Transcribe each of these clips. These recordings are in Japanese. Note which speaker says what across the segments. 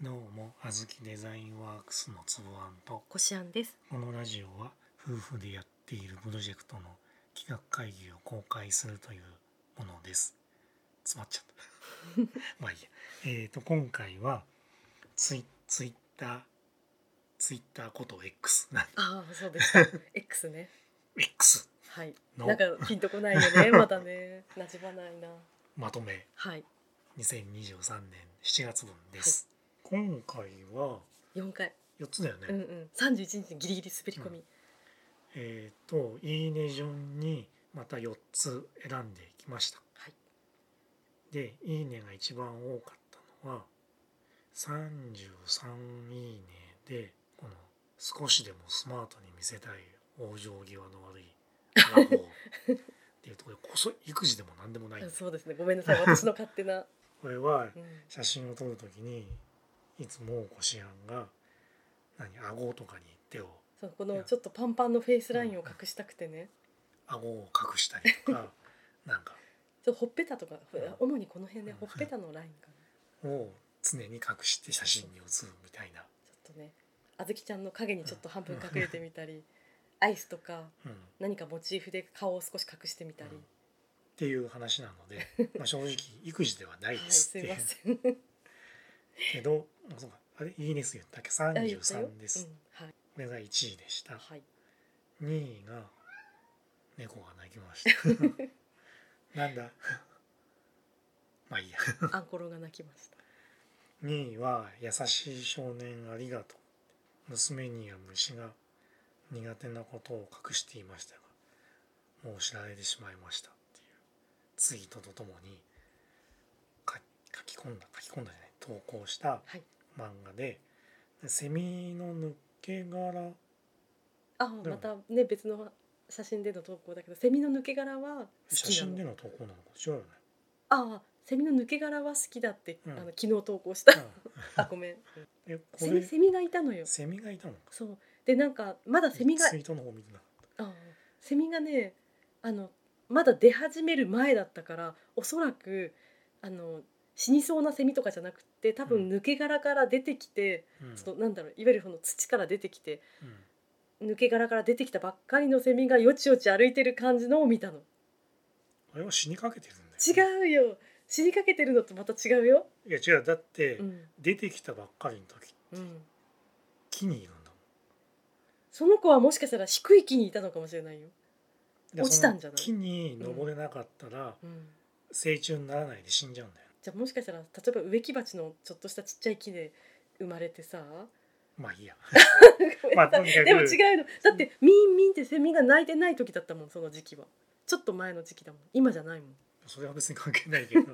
Speaker 1: どうもあずきデザインワークスのつぶあんと
Speaker 2: こしあんです。
Speaker 1: このラジオは夫婦でやっているプロジェクトの企画会議を公開するというものです詰まっちゃった まあいいやえー、と今回はツイツイッターツイッターこと X な
Speaker 2: ああ、そうでした。X ね。
Speaker 1: X
Speaker 2: はい。
Speaker 1: の
Speaker 2: なんかピンとこないよ ね。またね、馴染まないな。
Speaker 1: まとめ
Speaker 2: はい。
Speaker 1: 2023年7月分です、今回は
Speaker 2: 四回。
Speaker 1: 4つだよね、
Speaker 2: うんうん。三十一日にギリギリ滑り込み。
Speaker 1: えー、と「いいね」順にまた4つ選んできました、
Speaker 2: はい
Speaker 1: で「いいね」が一番多かったのは33「いいね」でこの「少しでもスマートに見せたい往生際の悪いアラフォー」っていうところでこそ育児でも何でもない
Speaker 2: うんそうですね。ごめん なさい。私の勝手な。
Speaker 1: これは
Speaker 2: うん
Speaker 1: 写真を撮るときにいつもこしあんが何顎とかに手を
Speaker 2: そうこのちょっとパンパンのフェイスラインを隠したくてね。
Speaker 1: 顎を隠したりとかなんか
Speaker 2: ちょっとほっぺたとか
Speaker 1: うん、
Speaker 2: 主にこの辺で、
Speaker 1: うん
Speaker 2: ほっぺたのラインかな。
Speaker 1: を常に隠して写真に写るみたいな、
Speaker 2: ちょっとね。あずきちゃんの影にちょっと半分隠れてみたり。アイスとか、
Speaker 1: うん、っ
Speaker 2: 何かモチーフで顔を少し隠してみた
Speaker 1: う
Speaker 2: り。
Speaker 1: んていう話なの で、まあ、正直育児ではない
Speaker 2: はい、
Speaker 1: です
Speaker 2: す
Speaker 1: っ
Speaker 2: い
Speaker 1: ていう
Speaker 2: ません。
Speaker 1: けどあそうかあれいいですよだけ
Speaker 2: あ言ったよ
Speaker 1: 33です、
Speaker 2: うんはい。
Speaker 1: これが1位でした
Speaker 2: はい。
Speaker 1: 2位が猫が鳴きました なんだ まあいいや
Speaker 2: アンコロが泣きました。
Speaker 1: 2位は「優しい少年ありがとう」娘には虫が苦手なことを隠していましたがもう知られてしまいましたっていうツイートとともにか書き込んだ書き込んだじゃない投稿した
Speaker 2: はい
Speaker 1: 漫画で「セミの抜け殻
Speaker 2: あ、
Speaker 1: でも
Speaker 2: またね別の写真での投稿だけど、セミの抜け殻は好」
Speaker 1: 写
Speaker 2: きな
Speaker 1: 真で
Speaker 2: の。
Speaker 1: の投稿なのか違うよね。
Speaker 2: ああ、セミの抜け殻は好きだって、
Speaker 1: うん
Speaker 2: あの昨日投稿した。あ、ごめん。
Speaker 1: うんえこ
Speaker 2: セミ
Speaker 1: れ
Speaker 2: セミがいたのよ。
Speaker 1: セミがいたのか
Speaker 2: そう。でなんかまだセミが、
Speaker 1: ツイートの方見てなかった。
Speaker 2: あ、セミがね、あのまだ出始める前だったから、おそらくあの死にそうなセミとかじゃなくて、多
Speaker 1: うん
Speaker 2: 分抜け殻から出てきて、
Speaker 1: うん
Speaker 2: そのなんだろう、いわゆるその土から出てきて、
Speaker 1: うん
Speaker 2: 抜け殻から出てきたばっかりのセミがよちよち歩いてる感じのを見たの
Speaker 1: あれは死にかけてるんだよね、
Speaker 2: 違うよ死にかけてるのとまた違うよ
Speaker 1: いや違うだって、
Speaker 2: うん、
Speaker 1: 出てきたばっかりの時
Speaker 2: うん、
Speaker 1: 木にいるんだも
Speaker 2: その子はもしかしたら低い木にいたのかもしれないよ、
Speaker 1: んで
Speaker 2: 落ちたんじゃない
Speaker 1: その木に登れなかったら、
Speaker 2: うん、
Speaker 1: 成虫にならないで死んじゃうんだよ
Speaker 2: じゃあもしかしたら例えば植木鉢のちょっとしたちっちゃい木で生まれてさ、
Speaker 1: まあいいや
Speaker 2: ごめん
Speaker 1: ま
Speaker 2: な
Speaker 1: あと
Speaker 2: さい
Speaker 1: にかく
Speaker 2: でも違うのだってミンミンってセミが鳴いてない時だったもんその時期はちょっと前の時期だもん今じゃないもん
Speaker 1: それは別に関係ない けど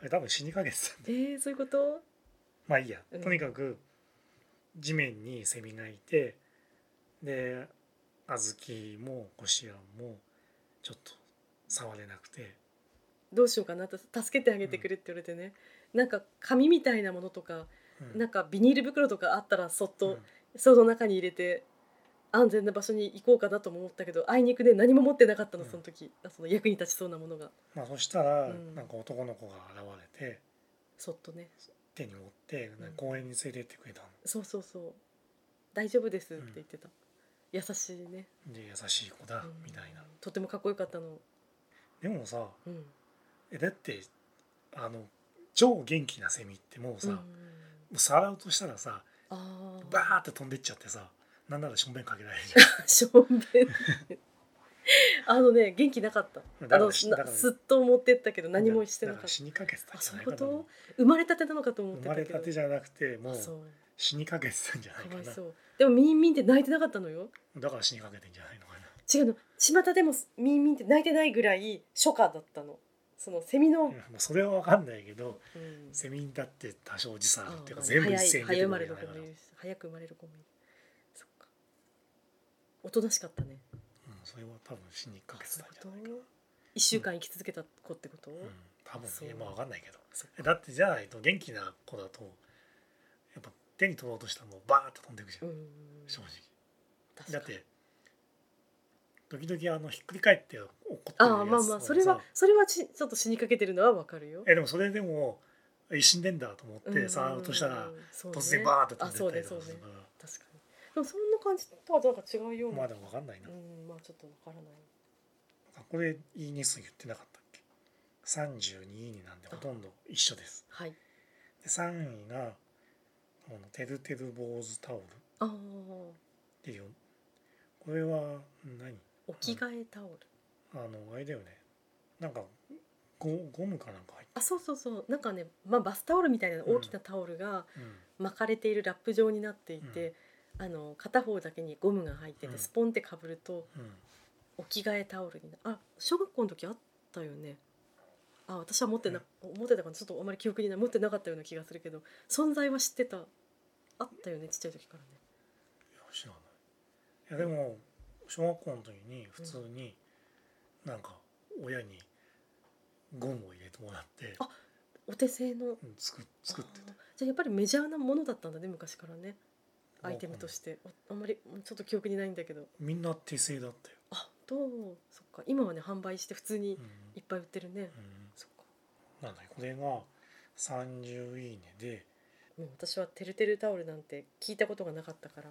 Speaker 1: あれ多分死にかけてたんだ
Speaker 2: えー、そういうこと
Speaker 1: まあいいや、
Speaker 2: うん
Speaker 1: とにかく地面にセミがいてで小豆もこしあんもちょっと触れなくて
Speaker 2: どうしようかなと助けてあげてくれって言われてね、なんか紙みたいなものとか
Speaker 1: うん
Speaker 2: なんかビニール袋とかあったらそっ
Speaker 1: う
Speaker 2: と
Speaker 1: ん
Speaker 2: その中に入れて安全な場所に行こうかなとも思ったけどあいにくで何も持ってなかったの
Speaker 1: うん
Speaker 2: その時、あその役に立ちそうなものが
Speaker 1: まあ、そしたら、
Speaker 2: うん
Speaker 1: なんか男の子が現れて
Speaker 2: そっとね
Speaker 1: 手に持ってなんか公園に連れてってくれたの
Speaker 2: そうそうそう大丈夫ですって言ってた、優しいね、
Speaker 1: で優しい子だ
Speaker 2: うん
Speaker 1: みたいな、
Speaker 2: とてもかっこよかったの、
Speaker 1: でもさ
Speaker 2: うん
Speaker 1: えだってあの超元気なセミってもうさ、
Speaker 2: うん
Speaker 1: もうさらうとしたらさ
Speaker 2: あー
Speaker 1: バーって飛んでっちゃってさなんならしょんべんかけられるじ
Speaker 2: しょんべん あのね元気なかった
Speaker 1: だから
Speaker 2: あの
Speaker 1: しだから
Speaker 2: なすっと持ってったけ
Speaker 1: ゃ
Speaker 2: ど
Speaker 1: ん
Speaker 2: 何もしてなかっ
Speaker 1: だら
Speaker 2: た
Speaker 1: 死にかけてたん
Speaker 2: あ
Speaker 1: じゃ
Speaker 2: そうい
Speaker 1: ないうか
Speaker 2: こ
Speaker 1: な
Speaker 2: と生まれたてなのかと思って
Speaker 1: 生
Speaker 2: た
Speaker 1: ま
Speaker 2: け
Speaker 1: れ
Speaker 2: ど
Speaker 1: たてじゃなくても
Speaker 2: あ
Speaker 1: う
Speaker 2: そう
Speaker 1: 死にかけてたんじゃない
Speaker 2: かわい
Speaker 1: か
Speaker 2: そうでもミンミンって泣いてなかったのよ
Speaker 1: なだから死にかけてんじゃないのかな
Speaker 2: 違うの巷でもミンミンって泣いてないぐらい初夏だったのそのセミの、
Speaker 1: いやまあそれは分かんないけど
Speaker 2: うん
Speaker 1: セミだって多少時差あるっていうか
Speaker 2: あー
Speaker 1: 全部一
Speaker 2: 早い
Speaker 1: 斉に出
Speaker 2: 早
Speaker 1: て
Speaker 2: 生
Speaker 1: く
Speaker 2: ま
Speaker 1: る
Speaker 2: れ
Speaker 1: んじ
Speaker 2: の
Speaker 1: ゃない
Speaker 2: 子
Speaker 1: か
Speaker 2: も
Speaker 1: ない
Speaker 2: るし早く生まれる子もいるそっかおとなしかったね
Speaker 1: うんそれは多分死にかけてたんじゃないか
Speaker 2: あそういうこと一週間生き続けた子ってこと、
Speaker 1: なうん多分
Speaker 2: そう
Speaker 1: ねまあ分かんないけど
Speaker 2: そっか
Speaker 1: だってじゃないと元気な子だとやっぱ手に取ろうとしたらもうバーッと飛んでいくじゃん、
Speaker 2: うん
Speaker 1: 正直
Speaker 2: 確か
Speaker 1: だって時々あのひっくり返って怒ってるやつ
Speaker 2: ああまあまあそれは
Speaker 1: さ
Speaker 2: それはちちょっと死にかけてるのはわかるよ
Speaker 1: えでもそれでもえ死んでんだと思って、
Speaker 2: うん
Speaker 1: さあ落としたら
Speaker 2: そうね
Speaker 1: 突然バーって
Speaker 2: あそ
Speaker 1: 飛
Speaker 2: うん
Speaker 1: で
Speaker 2: ね
Speaker 1: った
Speaker 2: そう
Speaker 1: りとかす
Speaker 2: ね
Speaker 1: るから、
Speaker 2: 確かにでもそんな感じとはなんか違うような
Speaker 1: まだ分かんないな、
Speaker 2: うんまあちょっとわからない
Speaker 1: あこれいいニュース言ってなかったっけ32位になんでほとんど一緒です
Speaker 2: はい
Speaker 1: で3位がこの「てるてる坊主タオル」っ
Speaker 2: ああ
Speaker 1: ていうこれは何
Speaker 2: お着替えタオル、
Speaker 1: あのあれだよねなんかゴゴムかなんか入っ
Speaker 2: あそうそうそうなんかね、まあ、バスタオルみたいな
Speaker 1: うん
Speaker 2: 大きなタオルが
Speaker 1: て、うん
Speaker 2: 巻かれているラップ状になっていて、あの片方だけにゴムが入って
Speaker 1: うん
Speaker 2: てスポンってかぶると
Speaker 1: うん、
Speaker 2: お着替えタオルになあ小学校の時あったよねあ私は持ってな、持ってたかなちょっとあまり記憶にない持ってなかったような気がするけど存在は知ってたあったよねちっちゃい時からね
Speaker 1: いや知らないいやでも小学校の時に普通になんか親にゴムを入れてもらって
Speaker 2: あお手製の
Speaker 1: うん作っ作ってて
Speaker 2: あーじゃあやっぱりメジャーなものだったんだね昔からねアイテムとしてておあんまりちょっと記憶にないんだけど
Speaker 1: みんな手製だったよ、
Speaker 2: あどうそっか今はね販売して普通に
Speaker 1: うん
Speaker 2: いっぱい売ってるね、
Speaker 1: うん
Speaker 2: そっか
Speaker 1: なんだよこれが30いいねで
Speaker 2: もう私はてるてるタオルなんて聞いたことがなかったから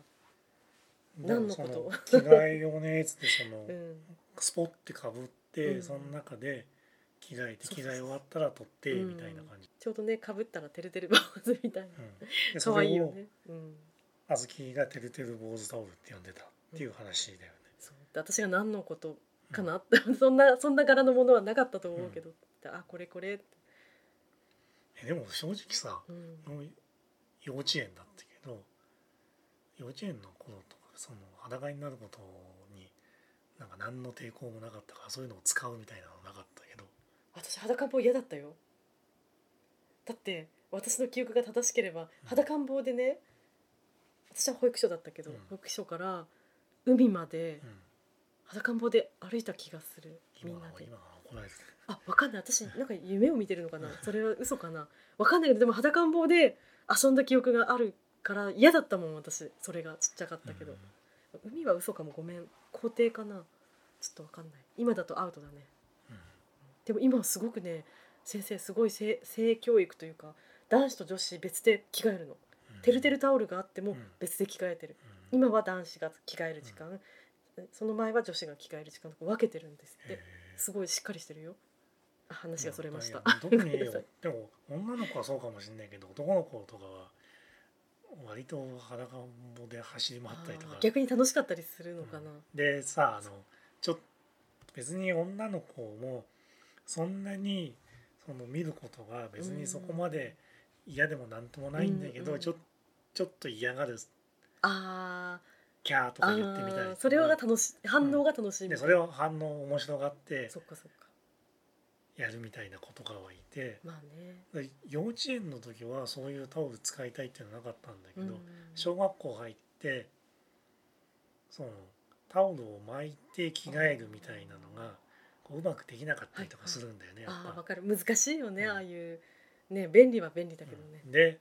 Speaker 2: 何のこと
Speaker 1: でもその着替えよねっつってそ の、
Speaker 2: うん
Speaker 1: スポッてかぶって、
Speaker 2: うん
Speaker 1: その中で着替えて
Speaker 2: そう
Speaker 1: 着
Speaker 2: そうそう
Speaker 1: 替え終わったら取って
Speaker 2: うん
Speaker 1: みたいな感じ、
Speaker 2: ちょうどねかぶったらてるてる坊主みたいな
Speaker 1: うんでそ
Speaker 2: 可愛い
Speaker 1: れ
Speaker 2: よ
Speaker 1: を
Speaker 2: ね、うん、
Speaker 1: あずきが「てるてる坊主タオル」って呼んでたっていう話だよね、
Speaker 2: そうで私が何のこと
Speaker 1: うん
Speaker 2: かなって、 そんなそんな柄のものはなかったと思うけど、あこれこれって、
Speaker 1: えでも正直さ
Speaker 2: うん、
Speaker 1: もう幼稚園だったけど幼稚園の頃とかその裸になることになんか何の抵抗もなかったからそういうのを使うみたいなのなかったけど
Speaker 2: 私裸ん坊嫌だったよだって私の記憶が正しければ
Speaker 1: ん
Speaker 2: 裸ん坊でね私は保育所だったけど、
Speaker 1: うん
Speaker 2: 保育所から海まで
Speaker 1: うん
Speaker 2: 裸ん坊で歩いた気がするみ
Speaker 1: 今
Speaker 2: んな
Speaker 1: は
Speaker 2: で
Speaker 1: 今は怒られてる
Speaker 2: あわかんない私なんか夢を見てるのかなそれは嘘かなわかんないけどでも裸ん坊で遊んだ記憶があるから嫌だったもん私それがちっちゃかったけど、海は嘘かもごめん肯定かなちょっとわかんない今だとアウトだね
Speaker 1: うん
Speaker 2: でも今はすごくね先生すごい性性教育というか男子と女子別で着替えるの、
Speaker 1: うん
Speaker 2: てるてるタオルがあって
Speaker 1: う
Speaker 2: も
Speaker 1: ん
Speaker 2: 別で着替えてる、
Speaker 1: うん
Speaker 2: 今は男子が着替える時間、その前は女子が着替える時間とか分けてるんですって
Speaker 1: へえ
Speaker 2: すごいしっかりしてるよあ話がそれました
Speaker 1: いや特
Speaker 2: ご
Speaker 1: に
Speaker 2: めんなさい
Speaker 1: でも女の子はそうかもしれないけど男の子とかは割と裸んぼで走り回ったりとか
Speaker 2: あー逆に楽しかったりするのかな、
Speaker 1: うんでさあのちょっと別に女の子もそんなにその見ることが別にそこまで嫌でもなんともないんだけど、
Speaker 2: うんうん
Speaker 1: ちょちょっと嫌がる
Speaker 2: あ
Speaker 1: キャーと
Speaker 2: ーあ
Speaker 1: か言ってみたり
Speaker 2: ー
Speaker 1: とか
Speaker 2: それは楽しい反応が楽しいみ
Speaker 1: で
Speaker 2: たい
Speaker 1: それを反応面白がって
Speaker 2: そっかそっか
Speaker 1: やるみたいな子とかはいて
Speaker 2: まあね、
Speaker 1: で幼稚園の時はそういうタオル使いたいっていうのはなかったんだけ
Speaker 2: う
Speaker 1: ど、
Speaker 2: ん、
Speaker 1: 小学校入ってそのタオルを巻いて着替えるみたいなのがこううまくできなかったりとかするんだよね、
Speaker 2: あ
Speaker 1: や
Speaker 2: あわ
Speaker 1: っぱ。
Speaker 2: かる難しいよね、
Speaker 1: うん
Speaker 2: ああいうね便利は便利だけどね
Speaker 1: う、んで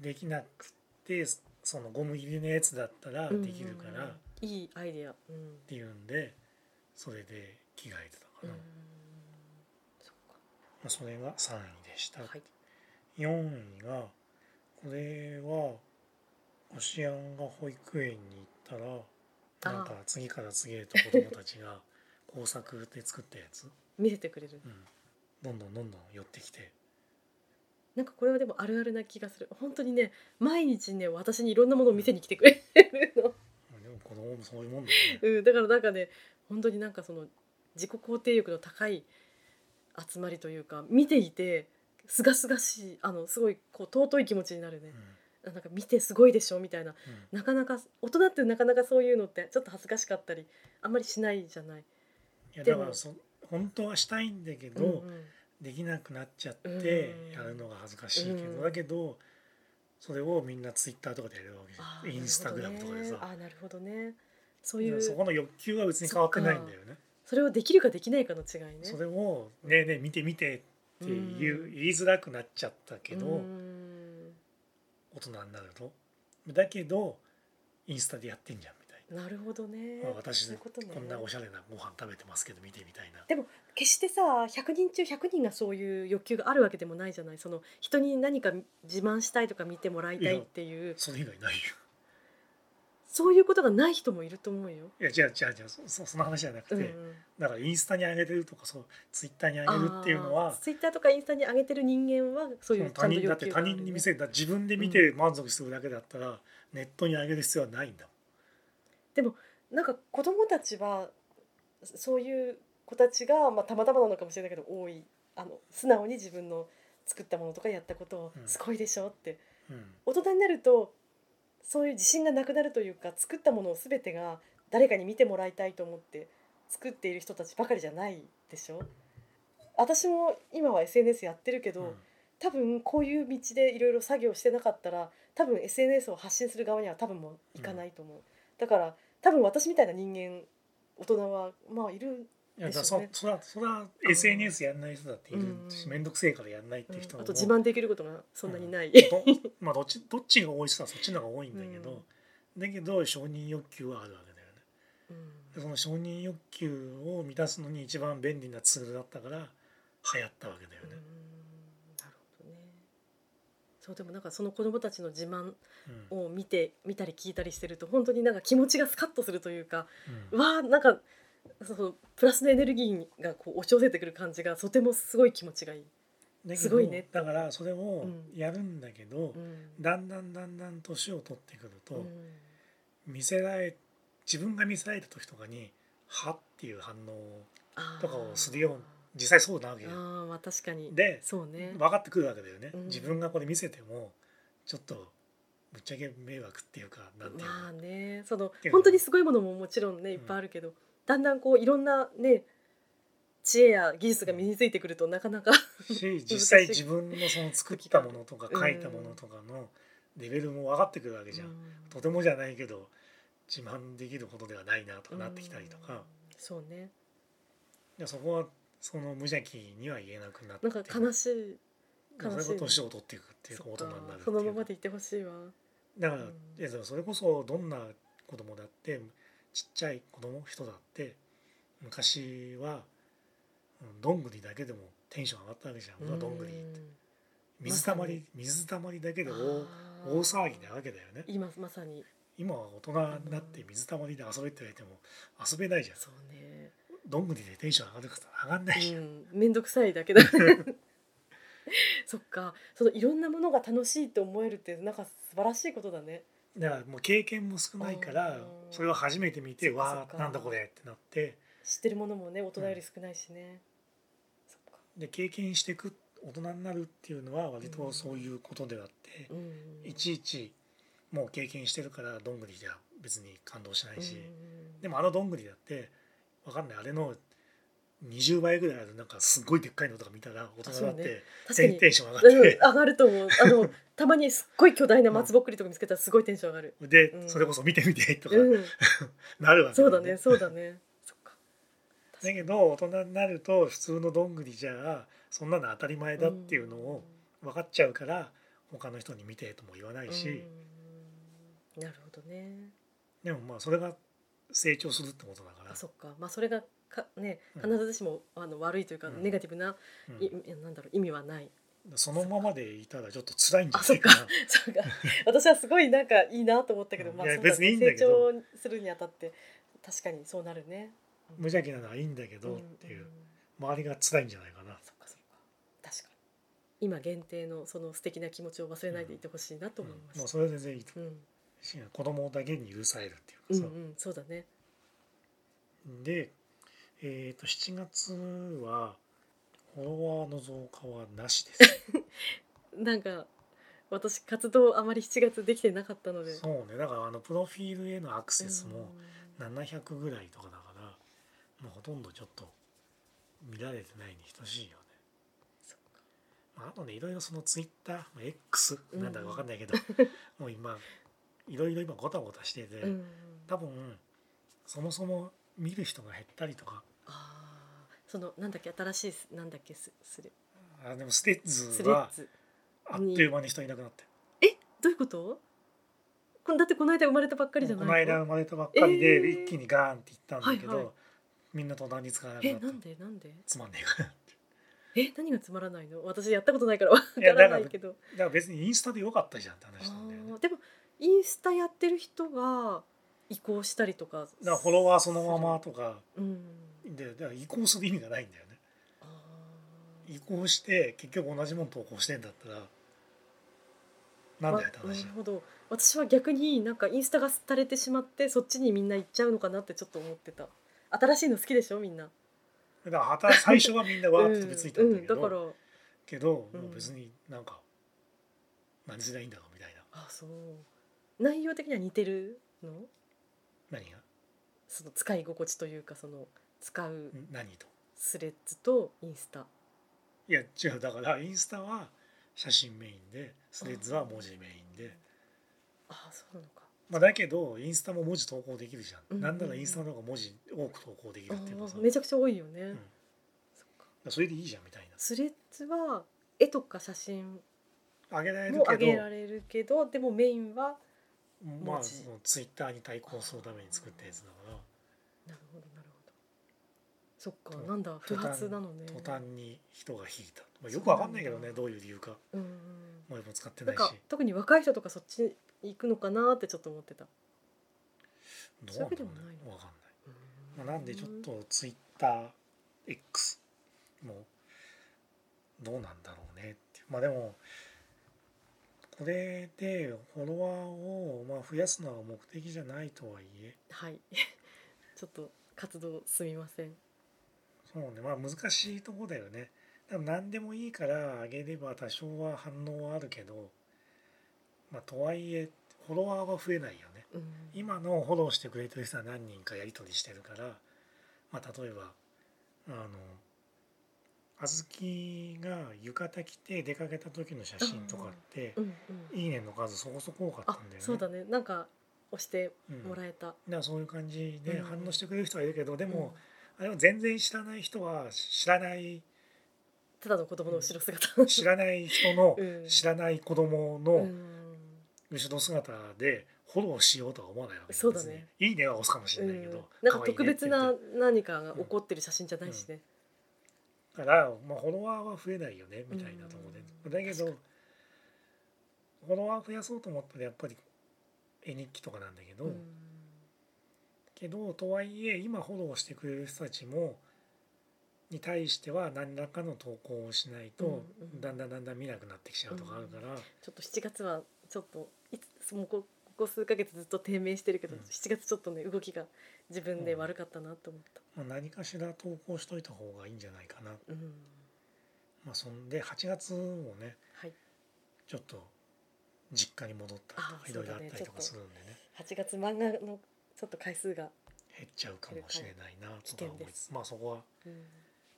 Speaker 1: できなくてそのゴム入りのやつだったら
Speaker 2: うん
Speaker 1: できるからっ
Speaker 2: いいアイデアうん、
Speaker 1: ていうんでそれで着替えてたか
Speaker 2: う
Speaker 1: な、
Speaker 2: ん
Speaker 1: ま
Speaker 2: そっ
Speaker 1: あ、それが3位でした、
Speaker 2: かはい
Speaker 1: 4位がこれはこしあんが保育園に行ったらなんか次から次へと子供たちが工作で作ったやつ、
Speaker 2: 見せてくれる
Speaker 1: うん、どんどんどんどん寄ってきて
Speaker 2: なんかこれはでもあるあるな気がする本当にね毎日ね私にいろんなものを見せに来てくれるの、
Speaker 1: でも子供もそういうもんだよね
Speaker 2: うん、だからなんかね本当になんかその自己肯定力の高い集まりというか見ていてすがすがしいあのすごいこう尊い気持ちになるね
Speaker 1: うん、
Speaker 2: あなんか見てすごいでしょみたいな
Speaker 1: うん
Speaker 2: なかなか大人ってなかなかそういうのってちょっと恥ずかしかったりあんまりしないじゃな
Speaker 1: い
Speaker 2: い。
Speaker 1: や
Speaker 2: で
Speaker 1: だ
Speaker 2: も
Speaker 1: からそ本当はしたいんだけど、
Speaker 2: うんうん
Speaker 1: できなくなっちゃっ
Speaker 2: うん
Speaker 1: てやるのが恥ずかしいけど、
Speaker 2: うん
Speaker 1: だけどそれをみんなツイッターとかでやるわけじ
Speaker 2: あ
Speaker 1: ゃ
Speaker 2: ー
Speaker 1: んインスタグラムとかでさ、
Speaker 2: なるほどねあーなるほどねそういう
Speaker 1: そ
Speaker 2: そ
Speaker 1: この欲求は別に変わってないんだよね
Speaker 2: れをできるかできないかの違いね
Speaker 1: それを「ねえねえ見て見て」って言う、
Speaker 2: うん
Speaker 1: 言いづらくなっちゃったけど、
Speaker 2: うん
Speaker 1: 大人になるとだけどインスタでやってんじゃんみたい
Speaker 2: なるほどね
Speaker 1: まあ、私
Speaker 2: そういうことね
Speaker 1: こんなおしゃれなご飯食べてますけど見てみたいな
Speaker 2: でも決してさ100人中100人がそういう欲求があるわけでもないじゃないその人に何か自慢したいとか見てもらいたいっていう
Speaker 1: それ以外ないよ
Speaker 2: そういうことがない人もいると思うよ。
Speaker 1: いやじゃあじゃあじゃあそそその話じゃなくて、
Speaker 2: うんうん
Speaker 1: だからインスタに上げてるとかそうツイッターに上げるっていうのは
Speaker 2: ツイッター Twitter とかインスタに上げてる人間はそういうち
Speaker 1: 他
Speaker 2: ゃんと
Speaker 1: 人だ
Speaker 2: 欲
Speaker 1: って
Speaker 2: 求が
Speaker 1: 他
Speaker 2: ある、ね、
Speaker 1: 人に見せるだ自分で見て満足するだけだったら、ネットに上げる必要はないんだ
Speaker 2: なんか子供たちはそういう子たちが、まあ、たまたまなのかもしれないけど多いあの素直に自分の作ったものとかやったことを
Speaker 1: うん
Speaker 2: すごいでしょって、
Speaker 1: もん、うん、
Speaker 2: 大人になるとそういう自信がなくなるというか作ったものを全てが誰かに見てもらいたいと思って作っている人たちばかりじゃないでしょ私も今は SNS やってるけど、
Speaker 1: うん
Speaker 2: 多分こういう道でいろいろ作業してなかったら多分 SNS を発信する側には多分もういかないと思う、だから多分私みたいな人間大人はまあいる、
Speaker 1: いやだ
Speaker 2: で
Speaker 1: から
Speaker 2: す
Speaker 1: そ
Speaker 2: よね
Speaker 1: それはそれは SNS やんない人だっているし
Speaker 2: うん
Speaker 1: 面倒くせえからやんないって
Speaker 2: うん
Speaker 1: いう人
Speaker 2: あ
Speaker 1: も、
Speaker 2: と自慢できることがそんなにない、
Speaker 1: うんど まあどっちどっちが多い人はそっちの方が多いんだけど、だけど承認欲求はあるわけだよねでその承認欲求を満たすのに一番便利なツールだったから流行ったわけだよ
Speaker 2: うーん
Speaker 1: ね、
Speaker 2: なるほどねそうでもなんかその子供たちの自慢
Speaker 1: うん
Speaker 2: を見て見たり聞いたりしてると本当になんか気持ちがスカッとするというか
Speaker 1: うん
Speaker 2: うわあなんかそのプラスのエネルギーがこう押し寄せてくる感じがとてもすごい気持ちがいい。
Speaker 1: だけど
Speaker 2: すごいね
Speaker 1: だからそれを
Speaker 2: うん
Speaker 1: やるんだけど、
Speaker 2: うん
Speaker 1: だんだんだんだん年を取ってくると、
Speaker 2: うん
Speaker 1: 見せられ自分が見せられた時とかに「は」っていう反応をとかをするよう実際そうなわけ
Speaker 2: あ
Speaker 1: よ
Speaker 2: ーあーまあ確かに
Speaker 1: で
Speaker 2: そうね
Speaker 1: 分かってくるわけだよね、
Speaker 2: うん
Speaker 1: 自分がこれ見せてもちょっとぶっちゃけ迷惑っていうかなんていうの、
Speaker 2: まあねその
Speaker 1: ていうか
Speaker 2: 本当にすごいものももちろんねいっぱいあるけど、だんだんこういろんなね知恵や技術が身についてくるとなかなか
Speaker 1: し実際自分のその作ったものとか
Speaker 2: うん
Speaker 1: 書いたものとかのレベルも分かってくるわけじゃん、
Speaker 2: うん
Speaker 1: とてもじゃないけど自慢できるほどではないなとかなってきたりと
Speaker 2: うん
Speaker 1: か、
Speaker 2: そうね
Speaker 1: でそこはその無邪気には言えなくなって
Speaker 2: なんか悲しい悲しいね
Speaker 1: それが年を取っていくっていうか
Speaker 2: そ
Speaker 1: 大
Speaker 2: っ
Speaker 1: 人
Speaker 2: か
Speaker 1: になるって
Speaker 2: そ
Speaker 1: いうか
Speaker 2: のままでいてほしいわ
Speaker 1: だから、
Speaker 2: うん
Speaker 1: いやでもそれこそどんな子供だってちっちゃい子供人だって昔はうんどんぐりだけでもテンション上がったわけじゃん、うわどんぐりって
Speaker 2: うん
Speaker 1: 水たま
Speaker 2: ま
Speaker 1: り水たまりだけで大
Speaker 2: あー
Speaker 1: 大騒ぎなわけだよね
Speaker 2: 今まさに
Speaker 1: 今は大人になって水たまりで遊べって言われても遊べないじゃん
Speaker 2: そうね
Speaker 1: どんぐりでテンション上がるかって上がんないじゃん、
Speaker 2: うん、めんどくさいだけだ そっかそのいろんなものが楽しいと思えるってなんか素晴らしいことだね
Speaker 1: だからもう経験も少ないか
Speaker 2: う
Speaker 1: ら
Speaker 2: ん
Speaker 1: それを初めて見て
Speaker 2: そっかそっ
Speaker 1: わ
Speaker 2: か
Speaker 1: あなんだこれってなって
Speaker 2: 知ってるものもね大人より少ないしね、そっか
Speaker 1: で経験していく大人になるっていうのは割とそういうことであって、
Speaker 2: うん
Speaker 1: いちいちもう経験してるからどんぐりじゃ別に感動しないし、
Speaker 2: うん
Speaker 1: でもあのどんぐりだってわかんないあれの20倍ぐらいあるなんかすごいでっかいのとか見たら大人だっ
Speaker 2: そうね
Speaker 1: て
Speaker 2: 確
Speaker 1: テ
Speaker 2: か
Speaker 1: ン
Speaker 2: に
Speaker 1: テンション上が
Speaker 2: うん
Speaker 1: って、
Speaker 2: 上がると思うあの たまにすっごい巨大な松ぼっくりとか見つけたらすごいテンション上がる、
Speaker 1: で、
Speaker 2: うん
Speaker 1: それこそ見てみてとか
Speaker 2: うん、
Speaker 1: なるわけ
Speaker 2: そう
Speaker 1: よ
Speaker 2: だねそうだねそっか
Speaker 1: だけど大人になると普通のどんぐりじゃそんなの当たり前だっていうのを分かっちゃうから他の人に見てとも言わな
Speaker 2: うん
Speaker 1: いし、
Speaker 2: うんなるほどね
Speaker 1: でもまあそれが成長するってことだから
Speaker 2: あそっかまあそれがかね
Speaker 1: うん
Speaker 2: 必ずしも、あの悪いというか、
Speaker 1: うん
Speaker 2: ネガティブな、
Speaker 1: うん
Speaker 2: いいやなんだろう意味はない
Speaker 1: そのままでいたらちょっと辛いんじゃないかな
Speaker 2: そ うか私はすごいなんかいいなと思ったけど、
Speaker 1: うん
Speaker 2: まあ
Speaker 1: いや
Speaker 2: そうだね
Speaker 1: 別にいいんだけど
Speaker 2: 成長するにあたって確かにそうなるね。
Speaker 1: 無邪気なのはいいんだけどってい
Speaker 2: ん
Speaker 1: うん周りが辛いんじゃないかな
Speaker 2: そっかそっか確かに今限定のその素敵な気持ちを忘れないでいてほしいなと
Speaker 1: うん
Speaker 2: 思いま
Speaker 1: もう
Speaker 2: した。
Speaker 1: それは全然いいと
Speaker 2: うん、うん
Speaker 1: 子供だけに許されるって
Speaker 2: う
Speaker 1: い
Speaker 2: ん
Speaker 1: うかさ、
Speaker 2: そうだね。
Speaker 1: で、えー、と7月はフォロワーの増加はなしです
Speaker 2: なんか私活動あまり7月できてなかったので、
Speaker 1: そうねだからあのプロフィールへのアクセスも
Speaker 2: うん
Speaker 1: 700ぐらいとかだからもうほとんどちょっと見られてないに等しいよね
Speaker 2: そっか
Speaker 1: まあ、あとねいろいろそのツイッター、まあ X
Speaker 2: うん
Speaker 1: なんだかわかんないけ ど、もう今いろいろ今ごたごたしてて、
Speaker 2: うんうん
Speaker 1: 多分そもそも見る人が減ったりとか
Speaker 2: あーそのなんだっけ新しいすなんだっけすする
Speaker 1: あでもステッ
Speaker 2: ス
Speaker 1: ズ
Speaker 2: レッ
Speaker 1: は
Speaker 2: ズ
Speaker 1: あっという間に人いなくなって
Speaker 2: どういうことだってこの間生まれたばっかりじゃ
Speaker 1: こ
Speaker 2: ない
Speaker 1: の間生まれたばっかりで、
Speaker 2: えー
Speaker 1: 一気にガーンっていったんだけど、
Speaker 2: はいはい
Speaker 1: みんなと何に使わなく
Speaker 2: え
Speaker 1: なった
Speaker 2: なんでなんで
Speaker 1: つまんねえかなって
Speaker 2: え何がつまらないの私やったことないからわか
Speaker 1: やだ
Speaker 2: ら
Speaker 1: から
Speaker 2: ないけど
Speaker 1: だから別にインスタでよかったじゃんって話なんだよね
Speaker 2: あーでもインスタやってる人が移行したりとか
Speaker 1: だからフォロワーそのままとか
Speaker 2: うん
Speaker 1: でだから移行する意味がないんだよね
Speaker 2: あー
Speaker 1: 移行して結局同じもの投稿してんだったらなんだよって
Speaker 2: わな
Speaker 1: 話
Speaker 2: る
Speaker 1: だよ
Speaker 2: ほど私は逆になんかインスタが廃れてしまってそっちにみんな行っちゃうのかなってちょっと思ってた新しいの好きでしょみんな
Speaker 1: だからはた最初はみんなわーって飛びついたんだけど、
Speaker 2: うんうん、だから
Speaker 1: けど
Speaker 2: うん
Speaker 1: もう別になんか何すりゃいいんだろうみたいな
Speaker 2: あそう内容的には似てるの
Speaker 1: 何が
Speaker 2: その使い心地というかその使うん
Speaker 1: 何と
Speaker 2: スレッズとインスタ、
Speaker 1: いや違うだからインスタは写真メインでスレッズは文字メインで
Speaker 2: ああそうなのか
Speaker 1: まあだけどインスタも文字投稿できるじゃん、
Speaker 2: うんうん
Speaker 1: なんならインスタの方が文字多く投稿できるっていうのはさ
Speaker 2: あーめちゃくちゃ多いよね、
Speaker 1: ん
Speaker 2: そっか
Speaker 1: それでいいじゃんみたい
Speaker 2: スレッズは絵とか写真
Speaker 1: なあげられる
Speaker 2: も上
Speaker 1: け
Speaker 2: げ
Speaker 1: ど
Speaker 2: られるけどでもメインは
Speaker 1: まあ
Speaker 2: 文字
Speaker 1: そのツイッターに対抗するために作ったやつだから
Speaker 2: なるほどなるほどそっか
Speaker 1: と
Speaker 2: なんだ不発なのね
Speaker 1: 途端に人が引いた、まあ、よくわかんないけどねどういう理由か
Speaker 2: うんうん
Speaker 1: 俺も使ってな
Speaker 2: な
Speaker 1: んいし
Speaker 2: か特に若い人とかそっちに行くのかなってちょっと思ってた、
Speaker 1: どうなんだろう
Speaker 2: そういうわけ
Speaker 1: ね
Speaker 2: でもないの
Speaker 1: わかんないまあ、なんでちょっとツイッター X もどうなんだろうねっていうまあでもこれでフォロワーをまあ増やすのは目的じゃないとはいえ
Speaker 2: はい ちょっと活動すみません
Speaker 1: そうねまあ難しいとこだよねでも何でもいいから上げれば多少は反応はあるけどまあとはいえフォロワーは増えないよね
Speaker 2: うん
Speaker 1: 今のフォローしてくれてる人は何人かやり取りしてるから、まあ、例えばあの小豆が浴衣着て出かけた時の写真とかって
Speaker 2: う、んうん
Speaker 1: いいねの数そこそこ多かっ
Speaker 2: あ
Speaker 1: たんだよね。
Speaker 2: そうだねなんか押して
Speaker 1: うん
Speaker 2: もらえた、
Speaker 1: だからそういう感じで
Speaker 2: うん
Speaker 1: 反応してくれる人はいるけど、で
Speaker 2: うん
Speaker 1: も、あれは全然知らない人は知らない
Speaker 2: ただの子供の後ろ姿、
Speaker 1: 知らない人の
Speaker 2: うん
Speaker 1: 知らない子供
Speaker 2: う
Speaker 1: の
Speaker 2: ん
Speaker 1: 後ろ姿でフォローしようとは思わないわけ
Speaker 2: そうだね
Speaker 1: 別にいいねは押すかもしれないけど、
Speaker 2: うん、なん
Speaker 1: 可
Speaker 2: か
Speaker 1: 愛い
Speaker 2: 特
Speaker 1: ねって
Speaker 2: 別
Speaker 1: 言って
Speaker 2: な何かが起こってる写真じゃないしね、
Speaker 1: から、まあ、フォロワーは増えないよねみたいなとこ
Speaker 2: う
Speaker 1: ろ
Speaker 2: ん
Speaker 1: でだけど
Speaker 2: 確
Speaker 1: フォロワー増やそうと思ったらやっぱり絵日記とかなんだけど、
Speaker 2: うん
Speaker 1: けどとはいえ今フォローしてくれる人たちもに対しては何らかの投稿をしないと、
Speaker 2: うんうん
Speaker 1: だんだんだんだん見なくなってきちゃうとかあるから、
Speaker 2: ちょっと7月はちょっといつもうこここ数ヶ月ずっと低迷してるけど、
Speaker 1: うん
Speaker 2: 7月ちょっとね動きが自分で悪かったなと思った、
Speaker 1: まあ、何かしら投稿しといた方がいいんじゃないかな。
Speaker 2: うん
Speaker 1: まあ、そんで8月もね
Speaker 2: はい、
Speaker 1: ちょっと実家に戻ったりと
Speaker 2: あ
Speaker 1: か
Speaker 2: ー
Speaker 1: い
Speaker 2: そ
Speaker 1: ろ
Speaker 2: う
Speaker 1: いろ
Speaker 2: だ
Speaker 1: あっ
Speaker 2: ね
Speaker 1: たりとかするんでね。
Speaker 2: 8月漫画のちょっと回数が、
Speaker 1: 減っちゃうかもしれないなとか思
Speaker 2: 危険
Speaker 1: い
Speaker 2: で
Speaker 1: つつまあそこは
Speaker 2: うん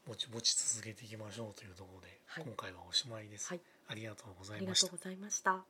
Speaker 1: ぼちぼち続けていきましょうというところで、
Speaker 2: はい
Speaker 1: 今回はおしまいです、
Speaker 2: はい
Speaker 1: ありがとうござ
Speaker 2: あ
Speaker 1: い
Speaker 2: りが
Speaker 1: まし
Speaker 2: と
Speaker 1: た
Speaker 2: うございました。